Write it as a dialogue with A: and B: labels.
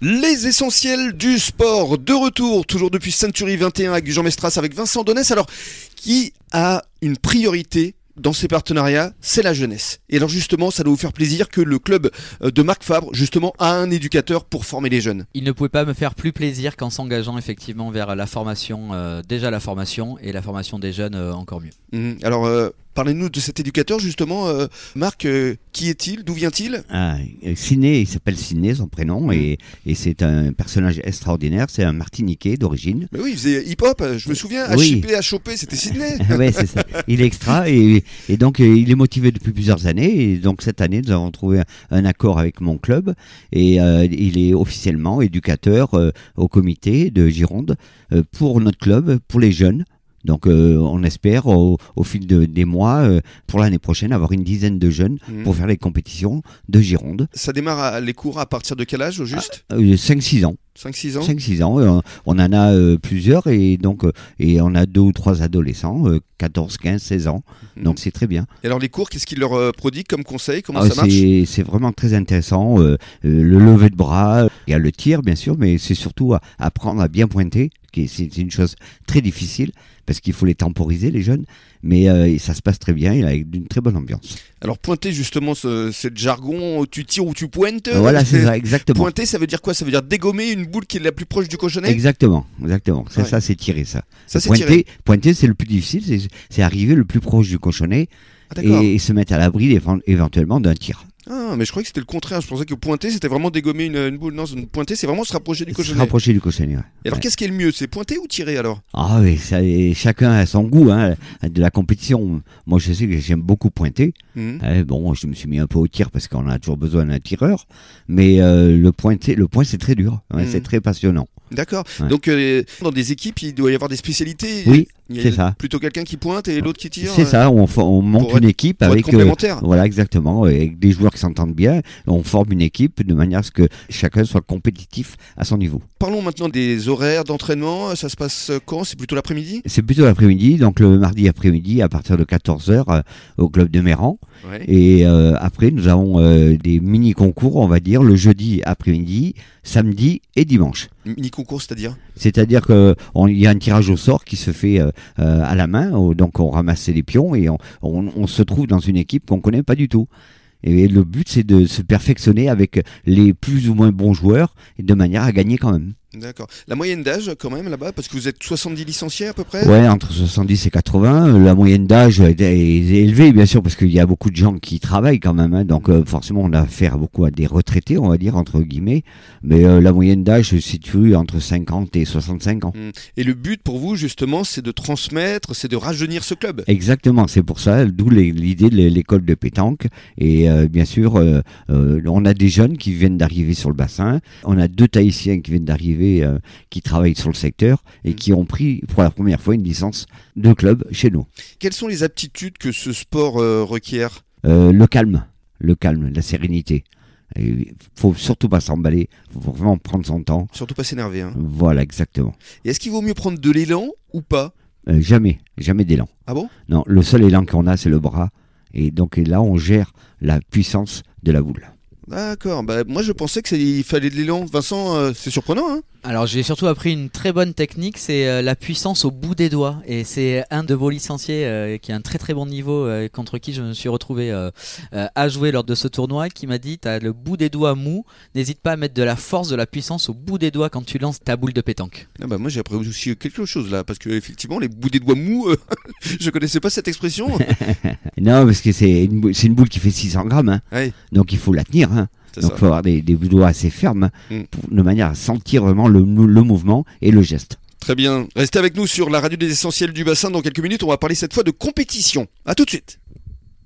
A: Les essentiels du sport de retour, toujours depuis Century 21 avec Jean Mestras, avec Vincent Donès. Alors, qui a une priorité dans ces partenariats, c'est la jeunesse. Et alors justement, ça doit vous faire plaisir que le club euh, de Marc Fabre, justement, a un éducateur pour former les jeunes.
B: Il ne pouvait pas me faire plus plaisir qu'en s'engageant effectivement vers la formation, euh, déjà la formation et la formation des jeunes euh, encore mieux.
A: Mhm. Alors, euh, parlez-nous de cet éducateur, justement. euh, Marc, euh, qui est-il D'où vient-il
C: Ah, euh, Ciné, il s'appelle Ciné, son prénom, et, et c'est un personnage extraordinaire. C'est un Martiniquais d'origine.
A: Mais oui, il faisait hip-hop, euh, je me souviens,
C: Oui.
A: HIP, HOP, c'était Sydney.
C: Ah ouais, c'est ça. Il est extra et, et donc euh, il est motivé depuis plusieurs années. Et donc cette année, nous avons trouvé un, un accord avec mon club et euh, il est officiellement éducateur euh, au comité de Gironde euh, pour notre club, pour les jeunes. Donc euh, on espère au, au fil de- des mois, euh, pour l'année prochaine, avoir une dizaine de jeunes
A: Mhm.
C: pour faire les compétitions de Gironde.
A: Ça démarre à- les cours à partir de quel âge, au juste
C: Euh, 5-6 ans.
A: 5-6 ans
C: 5-6 ans. euh, on en a euh, plusieurs et donc euh, et on a deux ou trois adolescents, euh, 14, 15, 16 ans. Donc c'est très bien.
A: Et alors les cours, qu'est-ce qu'il leur euh, prodigue comme conseil Mhm. Comment
C: Ah,
A: ça marche
C: c'est c'est vraiment très intéressant. euh, euh, le lever de bras, il y a le tir bien sûr, mais c'est surtout à- apprendre à bien pointer. qui est- C'est c'est une chose très difficile parce qu'il faut les temporiser les jeunes, mais euh, ça se passe très bien et avec une très bonne ambiance.
A: Alors pointer justement ce, ce jargon, tu tires ou tu pointes
C: Euh, voilà, c'est ça exactement.
A: Euh, Pointer, ça veut dire quoi Ça veut dire dégommer une boule qui est la plus proche du cochonnet
C: Exactement, exactement. C'est
A: Ouais.
C: ça, c'est tirer ça.
A: Ça, c'est
C: pointer,
A: tiré.
C: pointer, c'est le plus difficile. c'est- C'est arriver le plus proche du cochonnet
A: Ah, d'accord.
C: et, et se mettre à l'abri éven- éventuellement d'un tir.
A: Ah, mais je croyais que c'était le contraire. Je pensais que pointer, c'était vraiment dégommer une, une boule. Non, c'est- pointer, c'est vraiment se rapprocher du
C: Se
A: cochonnet.
C: rapprocher du cochonnet. ouais.
A: Et alors,
C: Ouais.
A: qu'est-ce qui est le mieux C'est pointer ou tirer alors
C: Ah oui, ça, et chacun a son goût hein, de la compétition. Moi, je sais que j'aime beaucoup pointer.
A: Mhm.
C: Eh, bon, je me suis mis un peu au tir parce qu'on a toujours besoin d'un tireur, mais euh, le pointer, le point, c'est très dur. hein,
A: Mhm.
C: C'est très passionnant.
A: D'accord.
C: Ouais.
A: Donc, euh, dans des équipes, il doit y avoir des spécialités.
C: Oui,
A: Il y a
C: c'est ça.
A: Plutôt quelqu'un qui pointe et l'autre qui tire.
C: C'est
A: euh,
C: ça. On, fo- on monte
A: pour
C: une équipe
A: Pour
C: avec.
A: être
C: euh,
A: complémentaire.
C: voilà, exactement. Avec des joueurs qui s'entendent bien, on forme une équipe de manière à ce que chacun soit compétitif à son niveau.
A: Parlons maintenant des horaires d'entraînement. Ça se passe quand C'est plutôt l'après-midi
C: C'est plutôt l'après-midi, donc le mardi après-midi à partir de 14h au club de Méran.
A: Ouais.
C: Et euh, après, nous avons euh, des mini-concours, on va dire, le jeudi après-midi, samedi et dimanche.
A: Mini concours, c'est-à-dire
C: C'est-à-dire que on- il y a un tirage au sort qui se fait euh, euh, à la main, au- donc on ramasse les pions et on, on- on se trouve dans une équipe qu'on connaît pas du tout. Et le but, c'est de se perfectionner avec les plus ou moins bons joueurs, de manière à gagner quand même.
A: D'accord. La moyenne d'âge, quand même, là-bas, parce que vous êtes 70 licenciés à peu près
C: Ouais, entre 70 et 80. euh, La moyenne d'âge est, est élevée, bien sûr, parce qu'il y a beaucoup de gens qui travaillent quand même. hein, donc, euh, forcément, on a affaire beaucoup à des retraités, on va dire, entre guillemets. Mais euh, la moyenne d'âge se situe entre 50 et 65 ans.
A: Et le but pour vous, justement, c'est de transmettre, c'est de rajeunir ce club.
C: Exactement, c'est pour ça, d'où les- l'idée de l'é- l'école de pétanque. Et euh, bien sûr, euh, euh, on a des jeunes qui viennent d'arriver sur le bassin, on a deux Tahitiens qui viennent d'arriver, euh, qui travaillent sur le secteur et qui ont pris pour la première fois une licence de club chez nous.
A: Quelles sont les aptitudes que ce sport euh, requiert
C: Euh, le calme, le calme, la sérénité. Il faut surtout pas s'emballer, faut vraiment prendre son temps.
A: Surtout pas s'énerver. hein.
C: Voilà, exactement.
A: Et est-ce qu'il vaut mieux prendre de l'élan ou pas
C: Euh, jamais, jamais d'élan.
A: Ah bon
C: Non, le seul élan qu'on a, c'est le bras. Et donc et là, on gère la puissance de la boule.
A: D'accord. Bah, moi, je pensais que c'est- il fallait de l'élan. Vincent, euh, c'est surprenant. Hein
B: Alors j'ai surtout appris une très bonne technique, c'est euh, la puissance au bout des doigts. Et c'est un de vos licenciés euh, qui a un très très bon niveau euh, contre qui je me suis retrouvé euh, euh, à jouer lors de ce tournoi qui m'a dit t'as le bout des doigts mou, n'hésite pas à mettre de la force, de la puissance au bout des doigts quand tu lances ta boule de pétanque.
A: Ah bah, moi, j'ai appris aussi quelque chose là, parce que effectivement, les bouts des doigts mous, euh, je connaissais pas cette expression.
C: Non, parce que c'est une, boule- c'est une boule qui fait 600 grammes, hein.
A: Ouais,
C: donc il faut la tenir. hein.
A: c'est
C: Donc
A: ça.
C: il faut avoir des, des doigts assez fermes, hein,
A: Mm.
C: pour- de manière à sentir vraiment le, mou- le mouvement et le geste.
A: Très bien. Restez avec nous sur la radio des essentiels du bassin. Dans quelques minutes, on va parler cette fois de compétition. À tout de suite.